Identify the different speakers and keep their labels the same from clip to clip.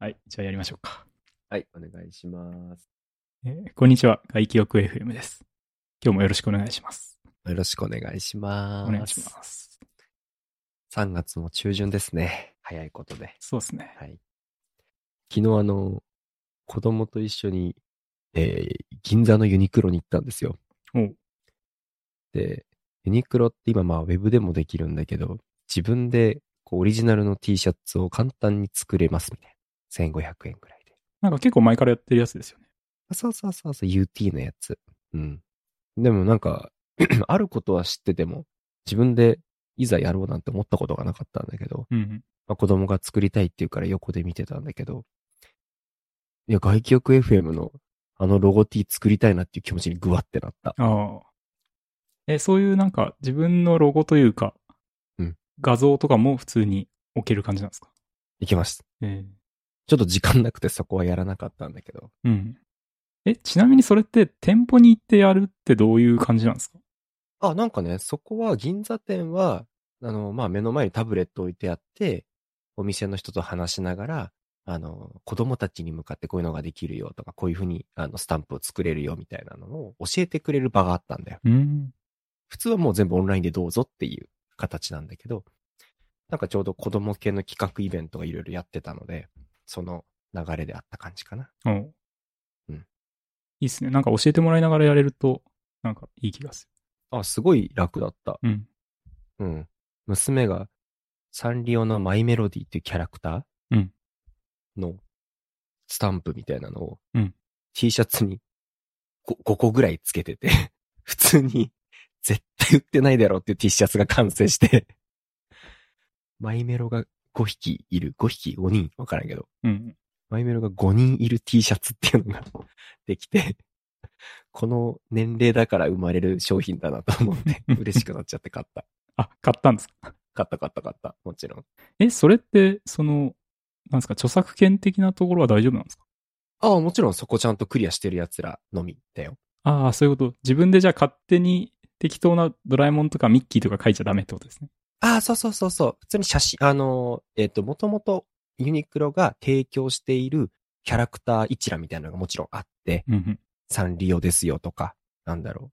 Speaker 1: はい、じゃあやりましょうか。
Speaker 2: はい、お願いします。
Speaker 1: えーこんにちは、外記憶 FM です。今日もよろしくお願いします。
Speaker 2: よろしくお願いしま
Speaker 1: お
Speaker 2: す。
Speaker 1: 願いします。
Speaker 2: 3月も中旬ですね。早いことで。
Speaker 1: そうですね。
Speaker 2: はい。昨日あの、子供と一緒に、えー銀座のユニクロに行ったんですよ。
Speaker 1: おう
Speaker 2: で、ユニクロって今まあウェブでもできるんだけど、自分でこうオリジナルの T シャツを簡単に作れますみたいな。1500円くらいで。
Speaker 1: なんか結構前からやってるやつですよね。
Speaker 2: あそうそうそうそう、UT のやつ。うん。でもなんか、 あることは知ってても、自分でいざやろうなんて思ったことがなかったんだけど、
Speaker 1: うんうん。
Speaker 2: まあ、子供が作りたいっていうから横で見てたんだけど、いや、外記憶 FM のあのロゴ T 作りたいなっていう気持ちにグワってなった。
Speaker 1: ああ。え、そういうなんか自分のロゴというか、
Speaker 2: うん
Speaker 1: 画像とかも普通に置ける感じなんですか
Speaker 2: いきます。
Speaker 1: え
Speaker 2: ちょっと時間なくてそこはやらなかったんだけど、
Speaker 1: えうん。え、ちなみにそれって店舗に行ってやるってどういう感じなんですか
Speaker 2: あ、なんかね、そこは、銀座店は、あの、まあ、目の前にタブレット置いてあって、お店の人と話しながら、あの、子供たちに向かってこういうのができるよとか、こういうふうに、あの、スタンプを作れるよみたいなのを教えてくれる場があったんだよ。
Speaker 1: うん。
Speaker 2: 普通はもう全部オンラインでどうぞっていう形なんだけど、なんかちょうど子供系の企画イベントがいろいろやってたので、その流れであった感じかな。
Speaker 1: おう
Speaker 2: うん
Speaker 1: いいっすね。なんか教えてもらいながらやれると、なんかいい気がす
Speaker 2: あ、すごい楽だった。
Speaker 1: る。うん。
Speaker 2: うん。娘がサンリオのマイメロディっていうキャラクタ
Speaker 1: う
Speaker 2: ー
Speaker 1: ん
Speaker 2: のスタンプみたいなのを、
Speaker 1: うん
Speaker 2: T シャツに 5, 個ぐらいつけてて、 普通に絶対売ってないだろうっていう T シャツが完成して、マイメロが5匹いる、5匹5人、わからんけど、
Speaker 1: うん。
Speaker 2: マイメロが5人いる T シャツっていうのが できて、この年齢だから生まれる商品だなと 思って嬉しくなっちゃって買った。
Speaker 1: あ、買ったんですか
Speaker 2: 買った買った買った。もちろん。
Speaker 1: え、それって、その、なんですか、著作権的なところは大丈夫なんですか
Speaker 2: ああ、もちろんそこちゃんとクリアしてる奴らのみだよ。
Speaker 1: ああ、そういうこと。自分でじゃあ勝手に適当なドラえもんとかミッキーとか書いちゃダメってことですね。
Speaker 2: ああ、そうそうそうそう。普通に写真、あのー、えっ、と、もともとユニクロが提供しているキャラクター一覧みたいなのがもちろんあって、
Speaker 1: うんうん。
Speaker 2: サンリオですよとか、なんだろう。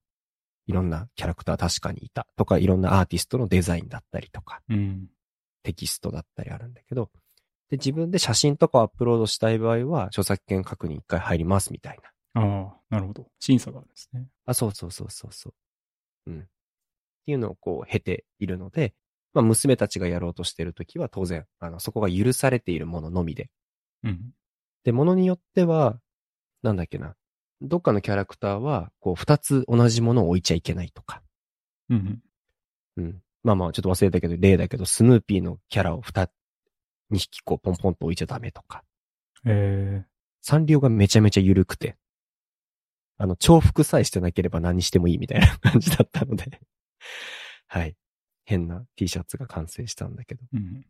Speaker 2: いろんなキャラクター確かにいたとか、いろんなアーティストのデザインだったりとか、
Speaker 1: うん。
Speaker 2: テキストだったりあるんだけど、で、自分で写真とかをアップロードしたい場合は、著作権確認一回入りますみたいな。
Speaker 1: ああ、なるほど。審査があるんですね。
Speaker 2: あ、そうそうそうそうそう。うん。っていうのをこう経ているので、まあ娘たちがやろうとしてるときは当然、あの、そこが許されているもののみで。
Speaker 1: うん。
Speaker 2: で、ものによっては、なんだっけな、どっかのキャラクターは、こう二つ同じものを置いちゃいけないとか。
Speaker 1: うんうん。
Speaker 2: うん。まあまあちょっと忘れたけど、例だけど、スヌーピーのキャラを二、二匹こうポンポンと置いちゃダメとか。
Speaker 1: え
Speaker 2: サンリオがめちゃめちゃ緩くて、あの、重複さえしてなければ何してもいいみたいな 感じだったので、はい。変な T シャツが完成したんだけど、
Speaker 1: ー、うん。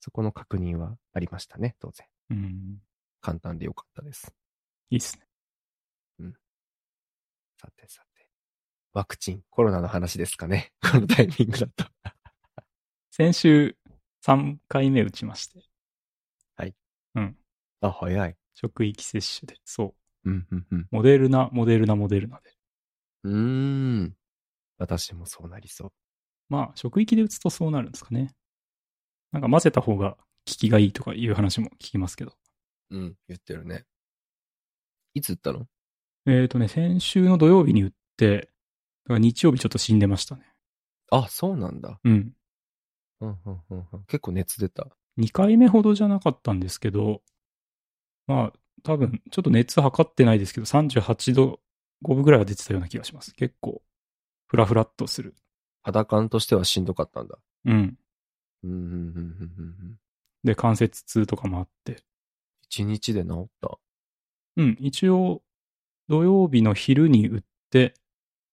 Speaker 2: そこの確認はありましたね、当然。
Speaker 1: うん。
Speaker 2: 簡単でよかったです。
Speaker 1: いいっすね。
Speaker 2: さてさて。ワクチン、コロナの話ですかね。このタイミングだと。
Speaker 1: 先週、3回目打ちまして、
Speaker 2: あ、早い。
Speaker 1: 職域接種で、そ
Speaker 2: うん、うん、うん
Speaker 1: う。モデルナ、モデルナ、モデルナで。。
Speaker 2: うーん。私もそうなりそう。
Speaker 1: まあ、職域で打つとそうなるんですかね。なんか混ぜた方が効きがいいとかいう話も聞きますけど。
Speaker 2: うん、言ってるね。いつ打ったの
Speaker 1: えっ、とね、先週の土曜日に打って、だから日曜日ちょっと死んでましたね。
Speaker 2: あ、そうなんだ。
Speaker 1: うん。
Speaker 2: うん、うん、うんうん。結構熱出た。
Speaker 1: 2回目ほどじゃなかったんですけど、まあ、多分、ちょっと熱測ってないですけど、38度5分ぐらいは出てたような気がします。結構、フラフラっとする。
Speaker 2: 肌感としてはしんどかったんだ。
Speaker 1: うん。
Speaker 2: うんうんうんうんうんうん
Speaker 1: で、関節痛とかもあって。
Speaker 2: 一日で治った。
Speaker 1: うん、一応、土曜日の昼に打って、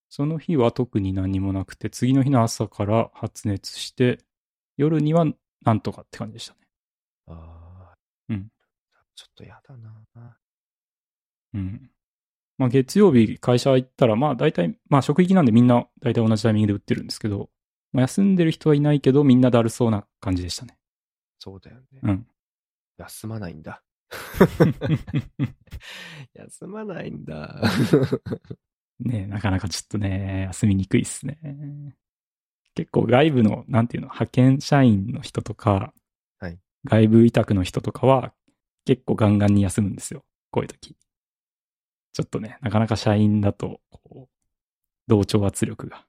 Speaker 1: その日は特に何もなくて、次の日の朝から発熱して、夜にはなんとかって感じでしたね。
Speaker 2: ああ。
Speaker 1: うん。
Speaker 2: ちょっとやだな。
Speaker 1: うん。まあ、月曜日会社行ったら、まあ大体、まあ職域なんでみんな大体同じタイミングで打ってるんですけど、まあ、休んでる人はいないけど、みんなだるそうな感じでしたね。
Speaker 2: そうだよね。
Speaker 1: うん。
Speaker 2: 休まないんだ。休まないんだ。
Speaker 1: ねなかなかちょっとね、休みにくいっすね。結構外部の、なんていうの、派遣社員の人とか、
Speaker 2: はい
Speaker 1: 外部委託の人とかは、結構ガンガンに休むんですよ。こういう時。ちょっとね、なかなか社員だと、こう、同調圧力が。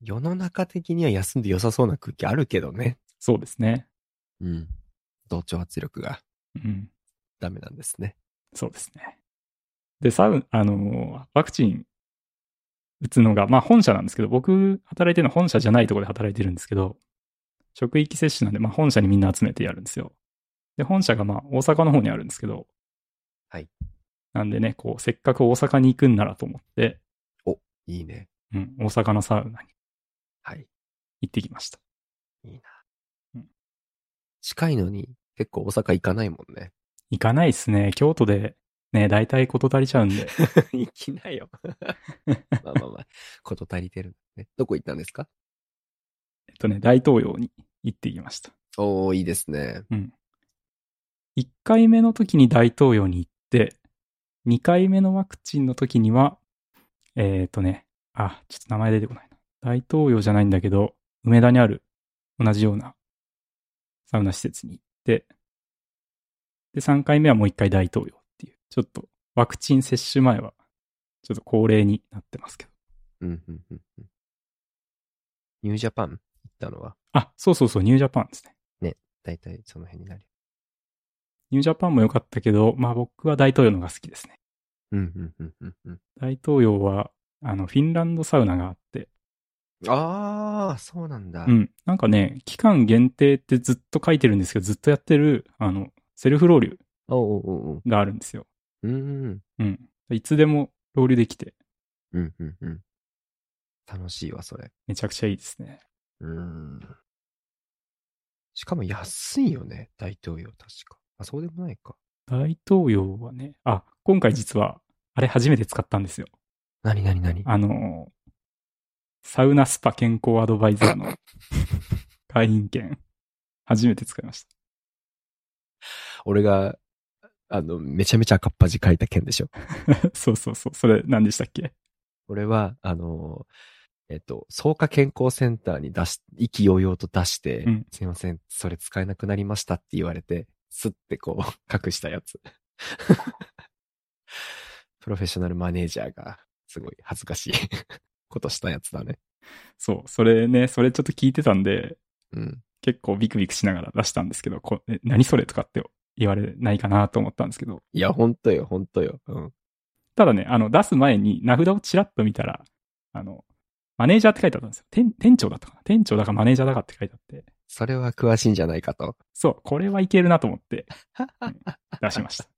Speaker 2: 世の中的には休んで良さそうな空気あるけどね。
Speaker 1: そうですね。
Speaker 2: うん。同調圧力が
Speaker 1: うん。
Speaker 2: ダメなんですね。
Speaker 1: そうですね。で、サウン、あの、ワクチン打つのが、まあ本社なんですけど、僕働いてるのは本社じゃないところで働いてるんですけど、職域接種なんで、まあ本社にみんな集めてやるんですよ。で、本社がまあ大阪の方にあるんですけど、
Speaker 2: はい。
Speaker 1: なんでね、こう、せっかく大阪に行くんならと思って、
Speaker 2: いいね。
Speaker 1: うん、大阪のサウナに
Speaker 2: はい。
Speaker 1: 行ってきました。
Speaker 2: いいな。
Speaker 1: うん
Speaker 2: 近いのに結構大阪行かないもんね。
Speaker 1: 行かないっすね。京都で、ね、大体事足りちゃうんで。
Speaker 2: 行きなよ。 まあまあまあ、こと足りてるね。どこ行ったんですか
Speaker 1: えっとね、大東洋に行ってきました。
Speaker 2: おー、いいですね。
Speaker 1: 1回目の時に大東洋に行って、2回目のワクチンの時には、えっ、ー、とね、あ、ちょっと名前出てこないな。大東洋じゃないんだけど、梅田にある同じようなサウナ施設に行って、で、3回目はもう1回大東洋っていう、ちょっとワクチン接種前は、ちょっと恒例になってますけど。
Speaker 2: うん、うん、うん。うんニュージャパン行ったのは、
Speaker 1: あ、そうそうそう、ニュージャパンですね。
Speaker 2: だいたいその辺になる。
Speaker 1: ニュージャパンも良かったけど、まあ僕は大東洋のが好きですね。
Speaker 2: うん、うん、うん、うん、うん。
Speaker 1: 大東洋は、あの、フィンランドサウナがあって、
Speaker 2: あー、そうなんだ。
Speaker 1: うん。なんかね、期間限定ってずっと書いてるんですけど、ずっとやってる、あの、セルフロウリュ
Speaker 2: おうおうおうおう。
Speaker 1: があるんですよ。
Speaker 2: うん、
Speaker 1: うん。いつでもロウリュできて、
Speaker 2: うん、うん、うん。楽しいわ、それ。
Speaker 1: めちゃくちゃいいですね。
Speaker 2: うん。しかも安いよね、大統領、確か。あ、そうでもないか。
Speaker 1: 大東洋はね、あ、今回実は、あれ初めて使ったんですよ。
Speaker 2: なになになに
Speaker 1: あの、サウナスパ健康アドバイザーの会員券、初めて使いました。
Speaker 2: 俺が、あの、めちゃめちゃ赤っ端書いた件でしょ。
Speaker 1: そうそうそう。それ何でしたっけ
Speaker 2: 俺は、あの、えっと、草加健康センターに出し、意気揚々と出して、
Speaker 1: うん
Speaker 2: すいません、それ使えなくなりましたって言われて、スッてこう、 隠したやつ。プロフェッショナルマネージャーが、すごい恥ずかしい ことしたやつだね。
Speaker 1: そう。それね、それちょっと聞いてたんで、
Speaker 2: うん。
Speaker 1: 結構ビクビクしながら出したんですけど、こえ何それとかって言われないかなと思ったんですけど、
Speaker 2: いや、ほんとよ、ほんとよ。うん。
Speaker 1: ただね、あの、出す前に名札をちらっと見たら、あの、マネージャーって書いてあったんですよ。店店長だったかな店長だかマネージャーだかって書いてあって、
Speaker 2: それは詳しいんじゃないかと。
Speaker 1: そう、これはいけるなと思って、うん出しました。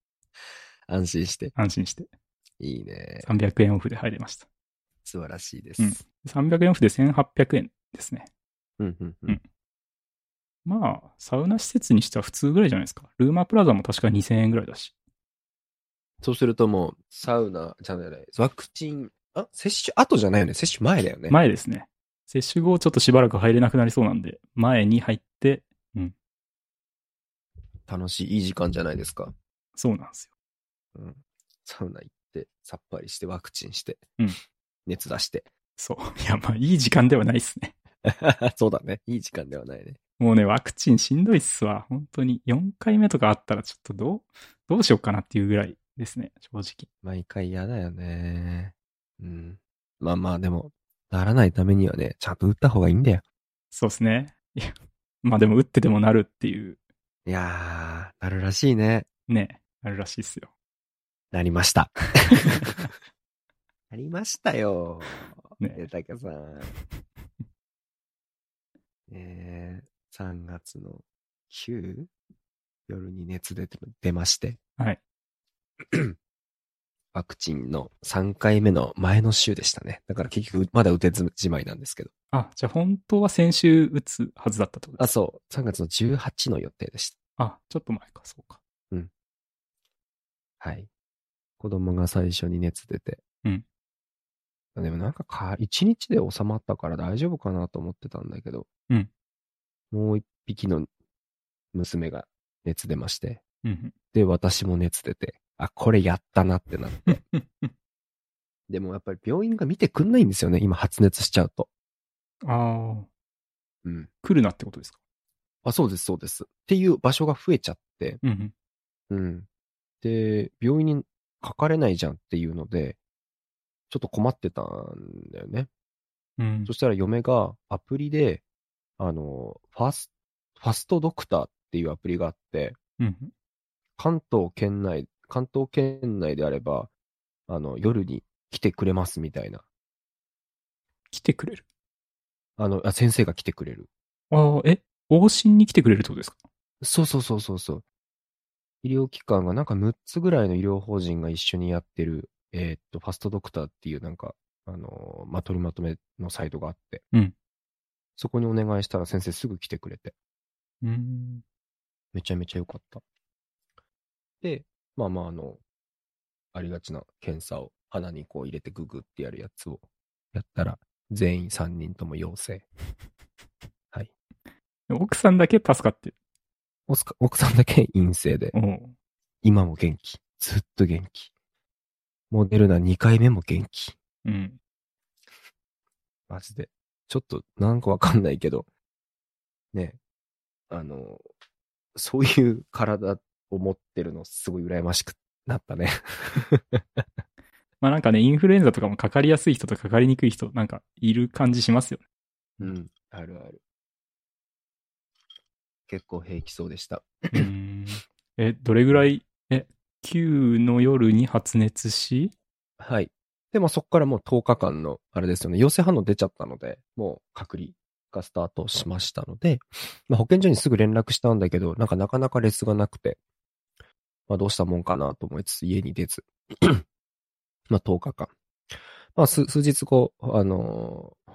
Speaker 2: 安心して。
Speaker 1: 安心して。
Speaker 2: いいね。
Speaker 1: 300円オフで入れました。
Speaker 2: 素晴らしいで
Speaker 1: うん
Speaker 2: す。
Speaker 1: 300円オフで1800円ですね。
Speaker 2: うん、うん、う
Speaker 1: うんん。まあ、サウナ施設にしては普通ぐらいじゃないですか。ルーマプラザも確か2000円ぐらいだし。
Speaker 2: そうするともう、サウナ、じゃない、ワクチン、あ、接種後じゃないよね。接種前だよね。
Speaker 1: 前ですね。接種後、ちょっとしばらく入れなくなりそうなんで、前に入って、
Speaker 2: 楽しい、いい時間じゃないですか。
Speaker 1: そうなんですよ。
Speaker 2: うん。サウナ行って、さっぱりして、ワクチンして、
Speaker 1: うん
Speaker 2: 熱出して。
Speaker 1: そう。 いや、まあ、いい時間ではないっすね。
Speaker 2: そうだね。いい時間ではないね。
Speaker 1: もうね、ワクチンしんどいっすわ。本当に。4回目とかあったら、ちょっとどう、どうしようかなっていうぐらいですね、正直。
Speaker 2: 毎回嫌だよね。うん。まあまあ、でも、ならないためにはね、ちゃんと打った方がいいんだよ。
Speaker 1: そうですね。いや、まあでも、打ってでもなるっていう、
Speaker 2: いやー、なるらしいね。
Speaker 1: ね、あるらしいっすよ。
Speaker 2: なりました。 なりましたよ。
Speaker 1: ね。
Speaker 2: たけさん。えー、3月の 9? 夜に熱出て、出まして。
Speaker 1: はい。
Speaker 2: ワクチンの3回目の前の週でしたね。だから結局まだ打てずじまいなんですけど。
Speaker 1: あ、じゃあ本当は先週打つはずだったってこと
Speaker 2: あ、
Speaker 1: です
Speaker 2: そう。3月の18の予定でした。
Speaker 1: あ、ちょっと前か、そうか。
Speaker 2: はい。子供が最初に熱出て。
Speaker 1: うん。
Speaker 2: でもなんかか、1日で収まったから大丈夫かなと思ってたんだけど。
Speaker 1: うん。
Speaker 2: もう一匹の娘が熱出まして。
Speaker 1: うん
Speaker 2: で、私も熱出て、あ、これやったなって なって。
Speaker 1: うん。
Speaker 2: でもやっぱり病院が見てくんないんですよね、今発熱しちゃうと。
Speaker 1: ああ、
Speaker 2: うん。
Speaker 1: 来るなってことですか。
Speaker 2: あ、そうです、そうです。っていう場所が増えちゃって、
Speaker 1: うんうん。
Speaker 2: うん。で、病院にかかれないじゃんっていうので、ちょっと困ってたんだよね。
Speaker 1: うん
Speaker 2: そしたら嫁がアプリで、あの、ファス、ファストドクターっていうアプリがあって、
Speaker 1: うん
Speaker 2: 関東圏内、関東圏内であれば、あの、夜に来てくれますみたいな。
Speaker 1: 来てくれる。
Speaker 2: あの、あ先生が来てくれる。
Speaker 1: ああ、え、往診に来てくれるってことですか。
Speaker 2: そうそうそうそうそう。医療機関がなんか6つぐらいの医療法人が一緒にやってる、えーっと、ファストドクターっていうなんか、あのーまあ、取りまとめのサイトがあって。
Speaker 1: うん
Speaker 2: そこにお願いしたら先生すぐ来てくれて。
Speaker 1: うん。
Speaker 2: めちゃめちゃ良かった。で、まあまあ、あの、ありがちな検査を鼻にこう入れてググってやるやつをやったら、全員3人とも陽性。
Speaker 1: 奥さんだけ助かってる。
Speaker 2: おすか奥さんだけ陰性で、
Speaker 1: おう
Speaker 2: 今も元気。ずっと元気。モデルナ2回目も元気。
Speaker 1: うん。
Speaker 2: マジで。ちょっと、なんかわかんないけど、ね、あの、そういう体を持ってるのすごい羨ましくなったね。
Speaker 1: まあなんかね、インフルエンザとかもかかりやすい人とかかりにくい人、なんかいる感じしますよね。
Speaker 2: うん、あるある。結構平気そうでした。
Speaker 1: うん。 え、どれぐらい、え、9の夜に発熱し、
Speaker 2: はい。で、まあ、そこからもう10日間の、あれですよね、陽性反応出ちゃったので、もう隔離がスタートしましたので、まあ、保健所にすぐ連絡したんだけど、なんかなかなかレスがなくて、まあ、どうしたもんかなと思いつつ、家に出ず、 まあ、10日間。まあ、数数日後、あのー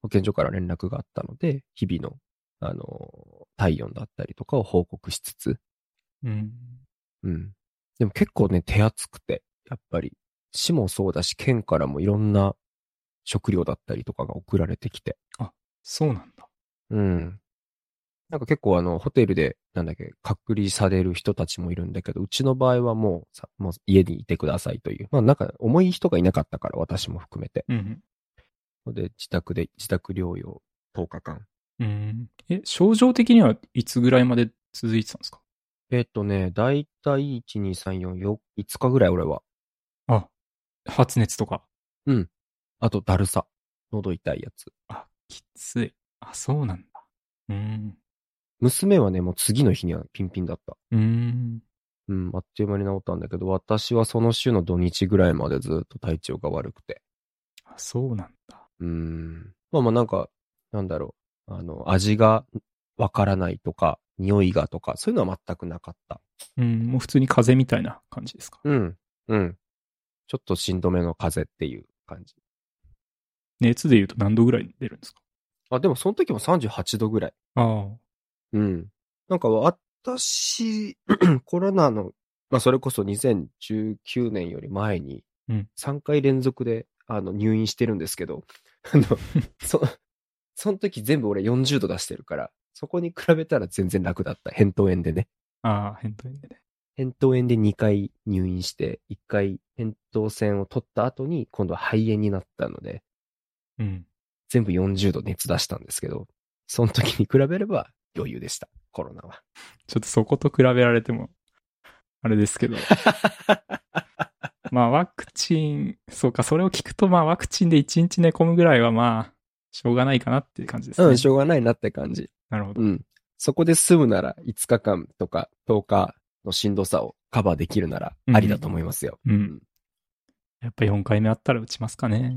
Speaker 2: 保健所から連絡があったので、日々の、あのー体温だったりとかを報告しつつ、
Speaker 1: うん。
Speaker 2: うん。でも結構ね、手厚くて、やっぱり、市もそうだし、県からもいろんな食料だったりとかが送られてきて。
Speaker 1: そうなんだ。
Speaker 2: うん。なんか結構あの、ホテルで、なんだっけ、隔離される人たちもいるんだけど、うちの場合はもうさ、もう家にいてくださいという。まあなんか、重い人がいなかったから、私も含めて。
Speaker 1: うん。
Speaker 2: ので、自宅で、自宅療養10日間。
Speaker 1: うん。え、症状的にはいつぐらいまで続いてたんですか
Speaker 2: えっとね、だいたい1、2、3、4、4、5日ぐらい俺は。
Speaker 1: あ、発熱とか。
Speaker 2: あと、だるさ。喉痛いやつ。
Speaker 1: あ、きつい。あ、そうなんだ。うん。
Speaker 2: 娘はね、もう次の日にはピンピンだった。
Speaker 1: うん。
Speaker 2: うん、あっという間に治ったんだけど、私はその週の土日ぐらいまでずっと体調が悪くて。
Speaker 1: あ、そうなんだ。
Speaker 2: うん。まあまあなんか、なんだろう。あの、味がわからないとか、匂いがとか、そういうのは全くなかった。
Speaker 1: うん、もう普通に風邪みたいな感じですか。
Speaker 2: うん。うん。ちょっとしんどめの風邪っていう感じ。
Speaker 1: 熱で言うと何度ぐらい出るんですか
Speaker 2: あ、でもその時も38度ぐらい。
Speaker 1: ああ。
Speaker 2: うん。なんか私、 コロナの、まあそれこそ2019年より前に
Speaker 1: うん、
Speaker 2: 3回連続で、あの入院してるんですけど、 あの、そ、その時全部俺40度出してるから、そこに比べたら全然楽だった。扁桃炎でね。
Speaker 1: ああ、扁桃炎でね。
Speaker 2: 扁桃炎で2回入院して、1回扁桃腺を取った後に、今度は肺炎になったので、
Speaker 1: うん。
Speaker 2: 全部40度熱出したんですけど、その時に比べれば余裕でした。コロナは。
Speaker 1: ちょっとそこと比べられても、あれですけど。まあワクチン、そうか、それを聞くと、まあワクチンで1日寝込むぐらいはまあ、しょうがないかなっていう感じですね。
Speaker 2: うん、しょうがないなって感じ。
Speaker 1: なるほど。
Speaker 2: うん。そこで済むなら、5日間とか10日のしんどさをカバーできるなら、ありだと思いますよ。
Speaker 1: うん。やっぱ4回目あったら打ちますかね。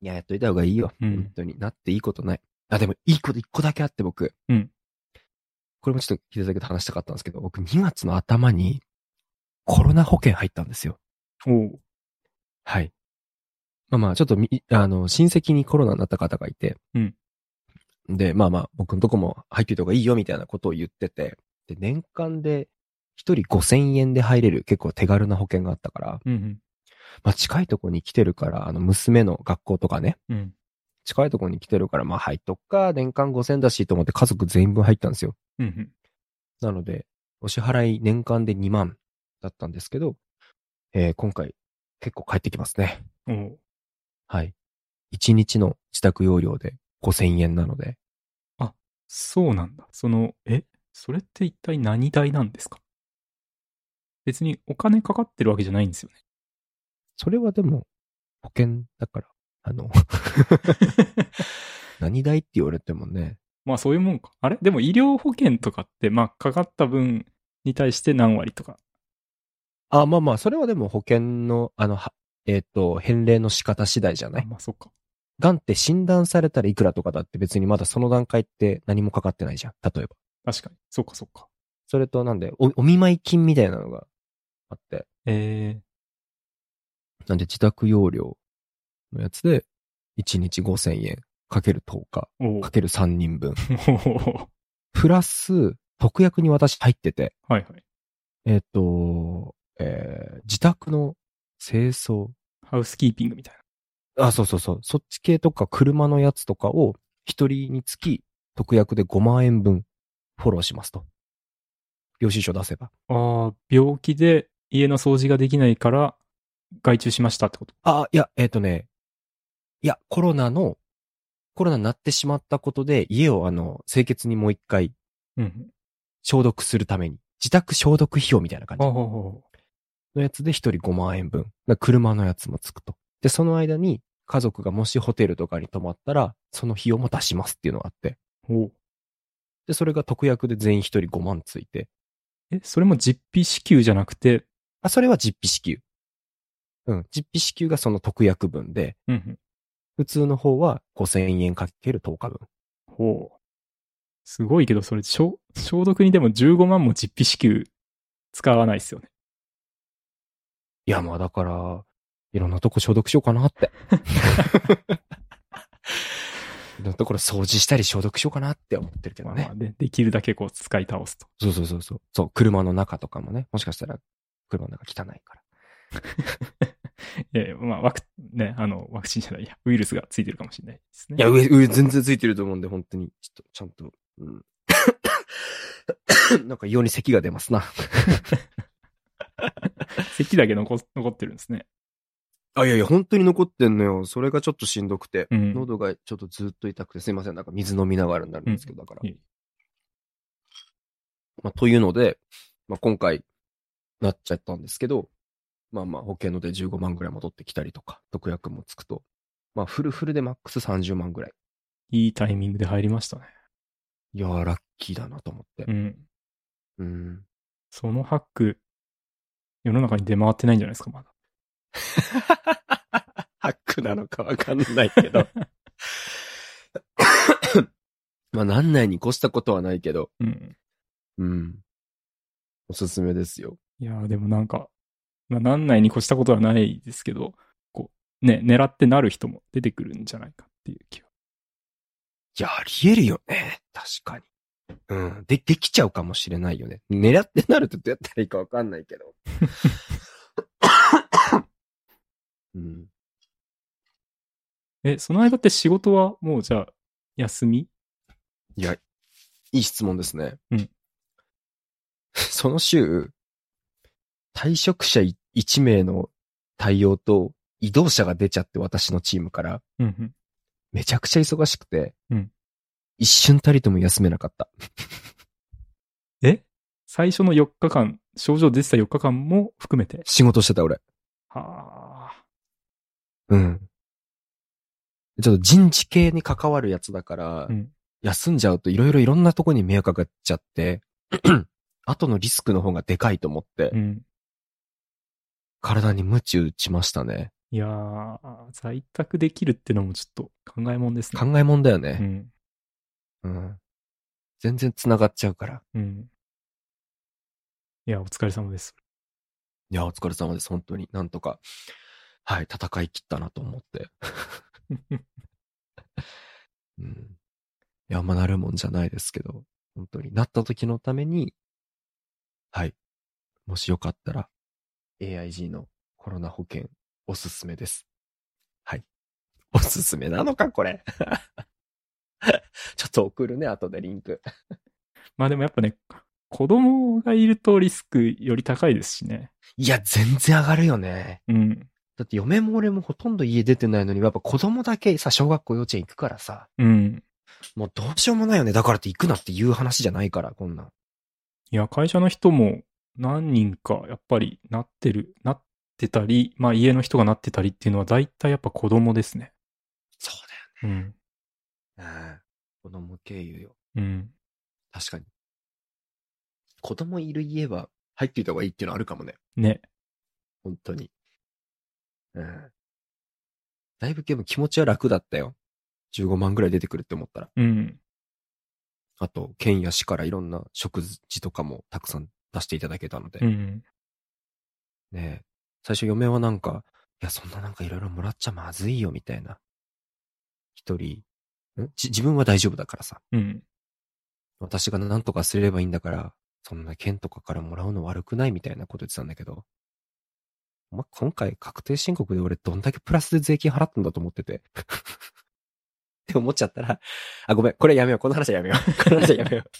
Speaker 2: いや、やっといた方がいいよ。
Speaker 1: うん
Speaker 2: 本当になっていいことない。あ、でも、いいこと1個だけあって、僕。
Speaker 1: うん
Speaker 2: これもちょっと聞いただけで話したかったんですけど、僕、2月の頭に、コロナ保険入ったんですよ。
Speaker 1: おう。
Speaker 2: はい。まあまあ、ちょっとみ、あの、親戚にコロナになった方がいて、
Speaker 1: うん
Speaker 2: で、まあまあ、僕のとこも入っていた方がいいよみたいなことを言ってて、で、年間で、一人5000円で入れる結構手軽な保険があったから、
Speaker 1: うん
Speaker 2: まあ近いとこに来てるから、あの娘の学校とかね、
Speaker 1: うん。うん。
Speaker 2: 近いとこに来てるから、まあ入っとくか、年間5000だしと思って家族全員分入ったんですよ。
Speaker 1: うんうん。
Speaker 2: なので、お支払い年間で2万だったんですけど、えー今回結構返ってきますね。
Speaker 1: おう
Speaker 2: はい。1日の自宅容量で5000円なので、
Speaker 1: そうなんだ。その、えそれって一体何代なんですか別にお金かかってるわけじゃないんですよね。
Speaker 2: それはでも保険だから、あの、何代って言われてもね、
Speaker 1: まあそういうもんか。あれでも医療保険とかって、まあかかった分に対して何割とか。
Speaker 2: あ、まあまあ、それはでも保険の、あの、はえっ、と、返礼の仕方次第じゃな
Speaker 1: あ
Speaker 2: い
Speaker 1: まあそっか。
Speaker 2: 癌って診断されたらいくらとかだって別にまだその段階って何もかかってないじゃん。例えば。
Speaker 1: 確かに。そっかそっか。
Speaker 2: それとなんで、お、お見舞い金みたいなのがあって。
Speaker 1: え
Speaker 2: なんで自宅容量のやつで、1日5000円かける10日
Speaker 1: ー、 おう
Speaker 2: かける3人分。
Speaker 1: は
Speaker 2: プラス、特約に私入ってて、
Speaker 1: いはい。
Speaker 2: えっ、と、えー自宅の清掃。
Speaker 1: ハウスキーピングみたい
Speaker 2: あ、そうそうそう。そっち系とか車のやつとかを一人につき特約で5万円分フォローしますと。領収書出せば。
Speaker 1: な。ああ、病気で家の掃除ができないから外注しましたってこと。
Speaker 2: あ、いや、えっ、とね。いや、コロナの、コロナになってしまったことで家をあの、清潔にもう一回
Speaker 1: うん。
Speaker 2: 消毒するために、自宅消毒費用みたいな感じ
Speaker 1: ああ、は
Speaker 2: のやつで一人5万円分。だから車のやつもつくと。で、その間に家族がもしホテルとかに泊まったら、その費用も出しますっていうのがあって。
Speaker 1: あおう
Speaker 2: で、それが特約で全員一人5万ついて。
Speaker 1: え、それも実費支給じゃなくて、
Speaker 2: あ、それは実費支給。うん。実費支給がその特約分で、
Speaker 1: うんうん。
Speaker 2: 普通の方は5000円かける10日分。
Speaker 1: ほう。すごいけど、それ、消消毒にでも15万も実費支給使わないですよね。
Speaker 2: いや、まあだから、いろんなとこ消毒しようか なって。いろんなところ掃除したり消毒しようかなって思ってるけど
Speaker 1: まあま
Speaker 2: ね
Speaker 1: あ。で、できるだけこう使い倒すと。
Speaker 2: そうそうそうそう。そう、車の中とかもね。もしかしたら、車の中汚いから。
Speaker 1: いやいや、まあ、ワク、ね、あの、ワクチンじゃないや、ウイルスがついてるかもしれないですね。
Speaker 2: いや、上、上全然ついてると思うんで、本当に。ちょっと、ちゃんと。うん、 なんか異様に咳が出ますな。
Speaker 1: 咳だけ残残ってるんですね。
Speaker 2: あ、いやいや、本当に残ってんのよ。それがちょっとしんどくて。
Speaker 1: うん。
Speaker 2: 喉がちょっとずっと痛くて、すいません。なんか水飲みながらになるんですけど、だから。
Speaker 1: いえいえ
Speaker 2: まあ、というので、まあ、今回、なっちゃったんですけど、まあまあ、保険ので15万ぐらい戻ってきたりとか、特約もつくと、まあ、フルフルでマックス30万ぐらい。
Speaker 1: いいタイミングで入りましたね。
Speaker 2: いやー、ラッキーだなと思って
Speaker 1: う。ん。
Speaker 2: うん。
Speaker 1: そのハック、世の中に出回ってないんじゃないですか、まだ。
Speaker 2: ハックなのかわかんないけど。 まあ、何年に越したことはないけど、
Speaker 1: うん。
Speaker 2: うん。おすすめですよ。
Speaker 1: いやーでもなんか、まあ、なんないに越したことはないですけど、こう、ね、狙ってなる人も出てくるんじゃないかっていう気は。
Speaker 2: いや、あり得るよね。確かに。うん。で、できちゃうかもしれないよね。狙ってなるとどうやったらいいかわかんないけ ど。うん。
Speaker 1: え、その間って仕事はもうじゃあ、休み
Speaker 2: いや、いい質問ですね。
Speaker 1: うん。
Speaker 2: その週、退職者1名の対応と移動者が出ちゃって私のチームから、
Speaker 1: うんうん。
Speaker 2: めちゃくちゃ忙しくて、
Speaker 1: うん
Speaker 2: 一瞬たりとも休めなかった。
Speaker 1: え最初の4日間、症状出てた4日間も含めて。
Speaker 2: 仕事してた俺。
Speaker 1: はあ。
Speaker 2: うん。ちょっと人事系に関わるやつだから、
Speaker 1: うん
Speaker 2: 休んじゃうといろいろいろんなとこに迷惑かかっちゃって、 後のリスクの方がでかいと思って、
Speaker 1: うん。
Speaker 2: 体に鞭打ちましたね。
Speaker 1: いやー、在宅できるってのもちょっと考えもんですね。
Speaker 2: 考えもんだよ
Speaker 1: う
Speaker 2: ね。
Speaker 1: ん。
Speaker 2: うん。全然繋がっちゃうから。
Speaker 1: うん。いや、お疲れ様です。
Speaker 2: いや、お疲れ様です。本当に。なんとか。はい、戦い切ったなと思って。うん。いや、あんまなるもんじゃないですけど、本当になった時のために、はい。もしよかったら、AIG のコロナ保険おすすめです。はい。おすすめなのか、これ。 ちょっと送るね、後でリンク。
Speaker 1: まあでもやっぱね、子供がいるとリスクより高いですしね。
Speaker 2: いや、全然上がるよね。
Speaker 1: うん。
Speaker 2: だって嫁も俺もほとんど家出てないのに、やっぱ子供だけさ、小学校幼稚園行くからさ、
Speaker 1: うん。
Speaker 2: もうどうしようもないよね。だからって行くなっていう話じゃないから、こんなん。
Speaker 1: いや、会社の人も何人かやっぱりなってる、なってたり、まあ家の人がなってたりっていうのは大体やっぱ子供ですね。
Speaker 2: そ
Speaker 1: う
Speaker 2: う
Speaker 1: ん。
Speaker 2: だよね。子供経由よ。
Speaker 1: うん。
Speaker 2: 確かに。子供いる家は入っていた方がいいっていうのはあるかもね。
Speaker 1: ね。
Speaker 2: 本当に。うん。だいぶでも気持ちは楽だったよ。15万ぐらい出てくるって思ったら。
Speaker 1: うん。
Speaker 2: あと、県や市からいろんな食事とかもたくさん出していただけたので。
Speaker 1: うん。
Speaker 2: ねえ最初嫁はなんか、いや、そんななんかいろいろもらっちゃまずいよ、みたいな。一人、んじ自分は大丈夫だからさ。
Speaker 1: うん。
Speaker 2: 私が何とかすればいいんだから、そんな県とかからもらうの悪くないみたいなこと言ってたんだけど、お前今回確定申告で俺どんだけプラスで税金払ったんだと思って て。って思っちゃったら、あ、ごめん、これやめよう、この話はやめよう。この話はやめよう。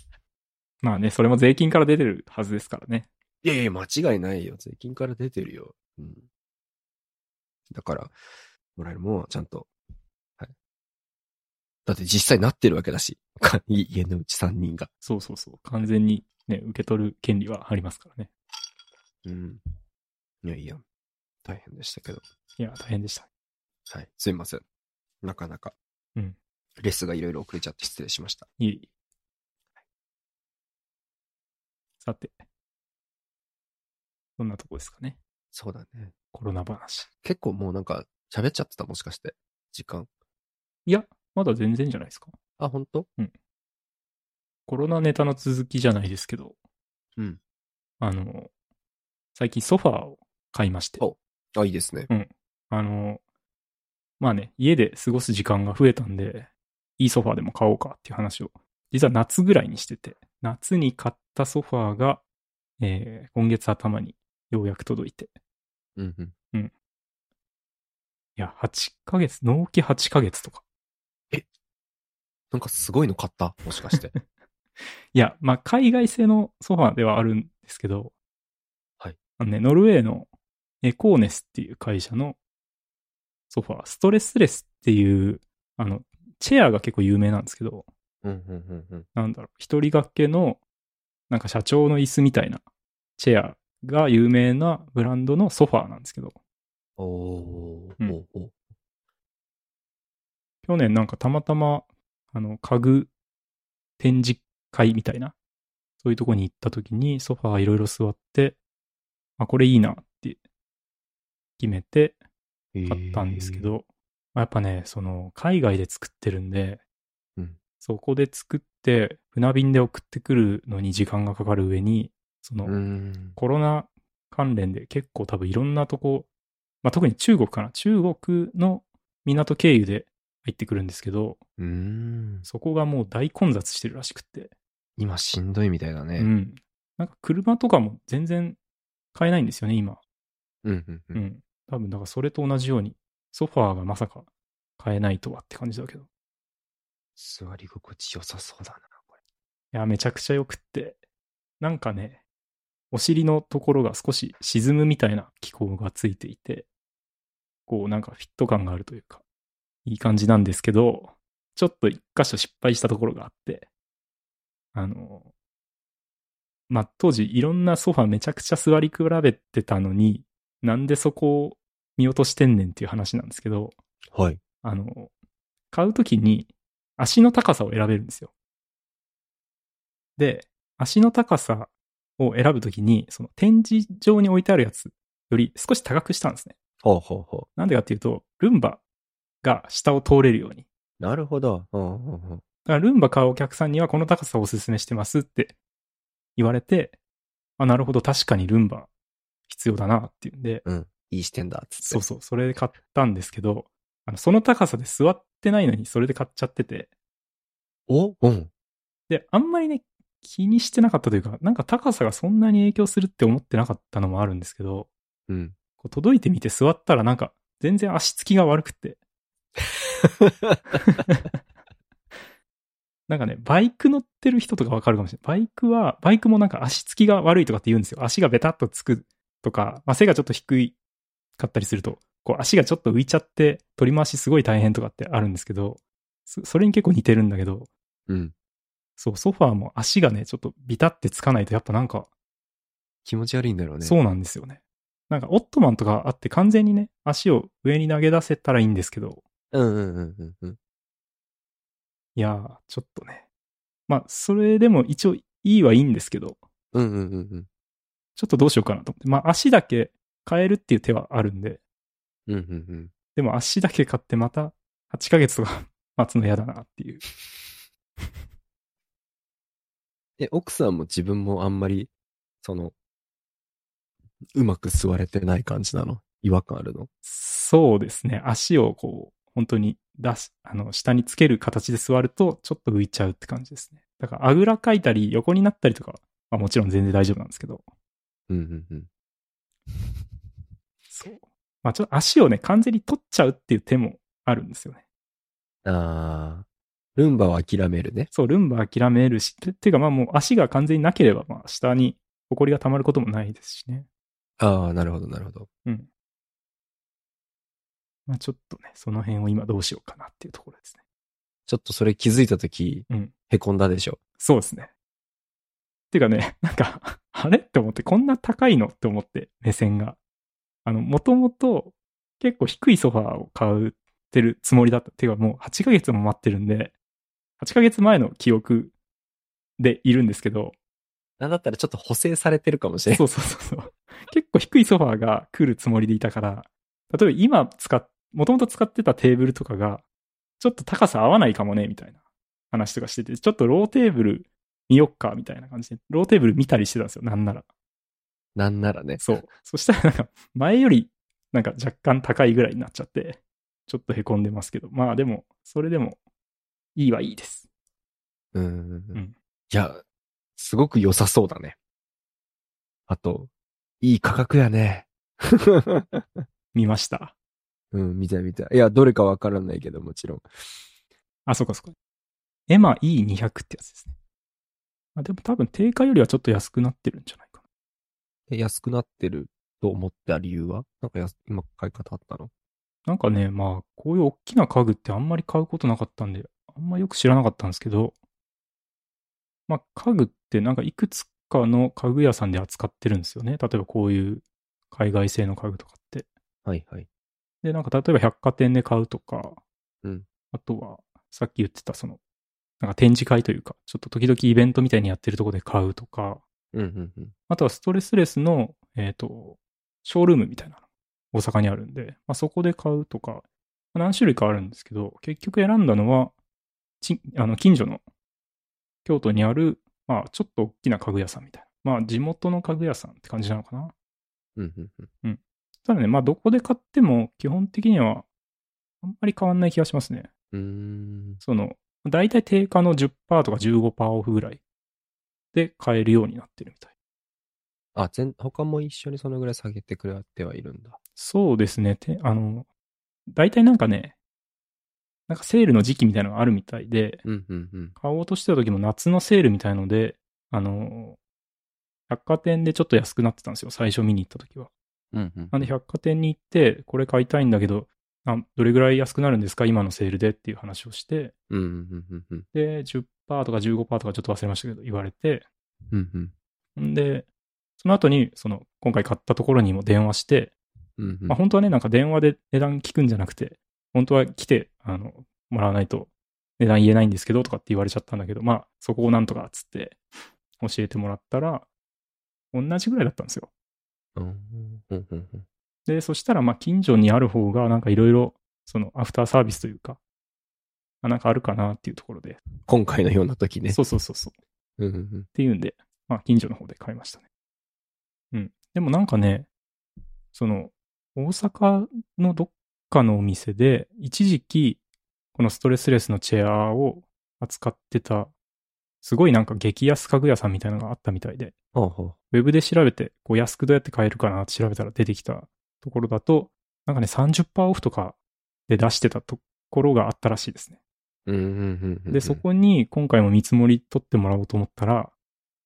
Speaker 1: まあね、それも税金から出てるはずですからね。
Speaker 2: いやいや、間違いないよ。税金から出てるよ。うん。だから、もらえるもんはちゃんと。はい。だって実際なってるわけだし。 かい家のうち3人が。
Speaker 1: そうそうそう。完全にね、受け取る権利はありますからね。
Speaker 2: うん。いやいや、大変でしたけど。
Speaker 1: いや、大変でした。
Speaker 2: はい。すいません。なかなか。
Speaker 1: うん。
Speaker 2: レッスンがいろいろ遅れちゃって失礼しました。
Speaker 1: いえいえさて。そんなとこですかね。
Speaker 2: そうだね。
Speaker 1: コロナ話。
Speaker 2: 結構もうなんか喋っちゃってたもしかして。時間。
Speaker 1: いや、まだ全然じゃないですか。
Speaker 2: あ、本当？
Speaker 1: コロナネタの続きじゃないですけど。
Speaker 2: うん。
Speaker 1: あの、最近ソファーを買いまして。
Speaker 2: おあ、いいですね。
Speaker 1: あの、まあね、家で過ごす時間が増えたんで、いいソファーでも買おうかっていう話を、実は夏ぐらいにしてて、夏に買ったソファーが、えー今月頭にようやく届いて、
Speaker 2: うんうん。
Speaker 1: いや、8ヶ月、納期8ヶ月とか。
Speaker 2: なんかすごいの買ったもし かして。
Speaker 1: いや、まあ、海外製のソファーではあるんですけど、
Speaker 2: はい。
Speaker 1: あのね、ノルウェーのエコーネスっていう会社のソファー、ストレスレスっていう、あの、チェアが結構有名なんですけど、
Speaker 2: うんうんうんうん。
Speaker 1: なんだろう、一人掛けの、なんか社長の椅子みたいなチェアが有名なブランドのソファーなんですけど、
Speaker 2: おお、
Speaker 1: うん
Speaker 2: おお。
Speaker 1: 去年なんかたまたま、あの、家具展示会みたいな、そういうとこに行った時にソファーいろいろ座って、あ、これいいなって決めて買ったんですけど、まあやっぱね、その、海外で作ってるんで、
Speaker 2: うん
Speaker 1: そこで作って、船便で送ってくるのに時間がかかる上に、その、
Speaker 2: うーん。
Speaker 1: コロナ関連で結構多分いろんなとこ、まあ、特に中国かな。中国の港経由で入ってくるんですけど、
Speaker 2: うーん。
Speaker 1: そこがもう大混雑してるらしくって。
Speaker 2: 今しんどいみたいだね。
Speaker 1: う。ん。なんか車とかも全然買えないんですよね、今。
Speaker 2: うんうんう。
Speaker 1: うんん。多分だからそれと同じように、ソファーがまさか買えないとはって感じだけど。
Speaker 2: 座り心地良さそうだな、これ。
Speaker 1: いや、めちゃくちゃ良くって。なんかね、お尻のところが少し沈むみたいな機構がついていて、こうなんかフィット感があるというか、いい感じなんですけど、ちょっと一箇所失敗したところがあって、あの、まあ、当時いろんなソファめちゃくちゃ座り比べてたのに、なんでそこを見落としてんねんっていう話なんですけど、
Speaker 2: はい。
Speaker 1: あの、買うときに足の高さを選べるんですよ。で、足の高さを選ぶときに、その展示場に置いてあるやつより少し高くしたんですね。
Speaker 2: ほうほうほ
Speaker 1: なんでかっていうと、ルンバが下を通れるように。
Speaker 2: う。なるほど。うんうんうん。
Speaker 1: だからルンバ買うお客さんにはこの高さをおすすめしてますって言われて、あ、なるほど、確かにルンバ必要だなっていうんで、
Speaker 2: いい視点だ、つって。
Speaker 1: そうそう、それで買ったんですけど、あのその高さで座ってないのにそれで買っちゃってて、
Speaker 2: おうん。
Speaker 1: で、あんまりね、気にしてなかったというか、なんか高さがそんなに影響するって思ってなかったのもあるんですけど、
Speaker 2: うん。
Speaker 1: こう届いてみて座ったらなんか全然足つきが悪くて。なんかね、バイク乗ってる人とかわかるかもしれない。バイクは、バイクもなんか足つきが悪いとかって言うんですよ。足がベタっとつくとか、まあ、背がちょっと低いかったりすると、こう足がちょっと浮いちゃって取り回しすごい大変とかってあるんですけど、そそれに結構似てるんだけど、
Speaker 2: うん。
Speaker 1: そう、ソファーも足がね、ちょっとビタってつかないとやっぱなんか、
Speaker 2: 気持ち悪いんだろうね。
Speaker 1: そうなんですよね。なんかオットマンとかあって完全にね、足を上に投げ出せたらいいんですけど、
Speaker 2: うんうんうんうんうん。
Speaker 1: いやー、ちょっとね。まあ、それでも一応いいはいいんですけど、
Speaker 2: うんうんうんうん。
Speaker 1: ちょっとどうしようかなと思って。まあ、足だけ変えるっていう手はあるんで、
Speaker 2: うんうんうん。
Speaker 1: でも足だけ買ってまた8ヶ月とか待つの嫌だなっていう。
Speaker 2: え、奥さんも自分もあんまり、その、うまく座れてない感じなの違和感あるの
Speaker 1: そうですね。足をこう、本当に出し、あの、下につける形で座ると、ちょっと浮いちゃうって感じですね。だから、あぐらかいたり、横になったりとか、まあ、もちろん全然大丈夫なんですけど、
Speaker 2: うんうんうん。
Speaker 1: そう。まあ、ちょっと足をね、完全に取っちゃうっていう手もあるんですよね。
Speaker 2: あー、ルンバは諦めるね。
Speaker 1: そう、ルンバ諦めるし、ててかまあもう足が完全になければ、まあ下に埃が溜まることもないですしね。
Speaker 2: あー、なるほどなるほど。
Speaker 1: うん。まあちょっとね、その辺を今どうしようかなっていうところですね。
Speaker 2: ちょっとそれ気づいたとき、
Speaker 1: うん
Speaker 2: へこんだでしょ。
Speaker 1: そうですね。てかね、 なんか、あれって思って、こんな高いのって思って、目線が。あの、もともと結構低いソファーを買ってるつもりだった。てかもう8ヶ月も待ってるんで、8ヶ月前の記憶でいるんですけど、
Speaker 2: なんだったらちょっと補正されてるかもしれない。
Speaker 1: そうそうそうそう。結構低いソファーが来るつもりでいたから、例えば今使っ、もともと使ってたテーブルとかが、ちょっと高さ合わないかもね、みたいな話とかしてて、ちょっとローテーブル見よっか、みたいな感じで、ローテーブル見たりしてたんですよ、なんなら。
Speaker 2: なんならね。
Speaker 1: そう。そしたらなんか、前より、なんか若干高いぐらいになっちゃって、ちょっとへこんでますけど、まあでも、それでも、いいはいいです。
Speaker 2: うんうんう
Speaker 1: うんん。
Speaker 2: いや、すごく良さそうだね。あと、いい価格やね。
Speaker 1: 見ました。
Speaker 2: うん、見たい見たい。いや、どれかわからないけど、もちろん。
Speaker 1: あ、そうかそうか。エマ E200 ってやつですね。まあ、でも多分定価よりはちょっと安くなってるんじゃないかな。
Speaker 2: え安くなってると思った理由はなんかやす今買い方あったの
Speaker 1: なんかね、まあ、こういう大きな家具ってあんまり買うことなかったんで、あんまよく知らなかったんですけど、まあ、家具ってなんかいくつかの家具屋さんで扱ってるんですよね。例えばこういう海外製の家具とかって。
Speaker 2: はいはい。
Speaker 1: で、なんか例えば百貨店で買うとか、
Speaker 2: うん
Speaker 1: あとは、さっき言ってたその、なんか展示会というか、ちょっと時々イベントみたいにやってるとこで買うとか、
Speaker 2: うんうんうん。
Speaker 1: あとはストレスレスの、えっ、と、ショールームみたいなの、大阪にあるんで、まあ、そこで買うとか、まあ何種類かあるんですけど、結局選んだのは、ちあの近所の京都にある、まあ、ちょっと大きな家具屋さんみたいな。まあ、地元の家具屋さんって感じなのかな。
Speaker 2: うんうんうん。
Speaker 1: ただね、まあ、どこで買っても、基本的には、あんまり変わんない気がしますね。
Speaker 2: うーん。
Speaker 1: その、だいたい定価の10%とか15%オフぐらいで買えるようになってるみたい。
Speaker 2: あ、全、他も一緒にそのぐらい下げてくれてはいるんだ。
Speaker 1: そうですね。てあの、大体なんかね、なんかセールの時期みたいなのがあるみたいで、
Speaker 2: うんうんうん。
Speaker 1: 買おうとしてた時も夏のセールみたいので、あの、百貨店でちょっと安くなってたんですよ。最初見に行った時は。
Speaker 2: うんうん。
Speaker 1: なんで百貨店に行って、これ買いたいんだけど、あどれぐらい安くなるんですか今のセールでっていう話をして、
Speaker 2: うんうんうんうん。
Speaker 1: で、10%とか15%とかちょっと忘れましたけど、言われて、
Speaker 2: うんうん。
Speaker 1: んで、その後に、その、今回買ったところにも電話して、
Speaker 2: うんうん
Speaker 1: まあ、本当はね、なんか電話で値段聞くんじゃなくて、本当は来てあのもらわないと値段言えないんですけどとかって言われちゃったんだけど、まあ、そこをなんとかっつって教えてもらったら、同じぐらいだったんですよ。
Speaker 2: うんうんうんうん。
Speaker 1: で、そしたら、まあ、近所にある方が、なんかいろいろ、その、アフターサービスというか、あなんかあるかなっていうところで、
Speaker 2: 今回のような時ね。
Speaker 1: そうそうそうそう。
Speaker 2: うんうんうん。
Speaker 1: っていうんで、まあ、近所の方で買いましたね。うん。でもなんかね、その、大阪のどっかのお店で、一時期、このストレスレスのチェアを扱ってた、すごいなんか激安家具屋さんみたいなのがあったみたいで、
Speaker 2: ほうほう。
Speaker 1: ウェブで調べて、こう安くどうやって買えるかなって調べたら出てきたところだと、なんかね、30%オフとかで出してたところがあったらしいですね。
Speaker 2: うんうんうんうん。
Speaker 1: で、そこに今回も見積もり取ってもらおうと思ったら、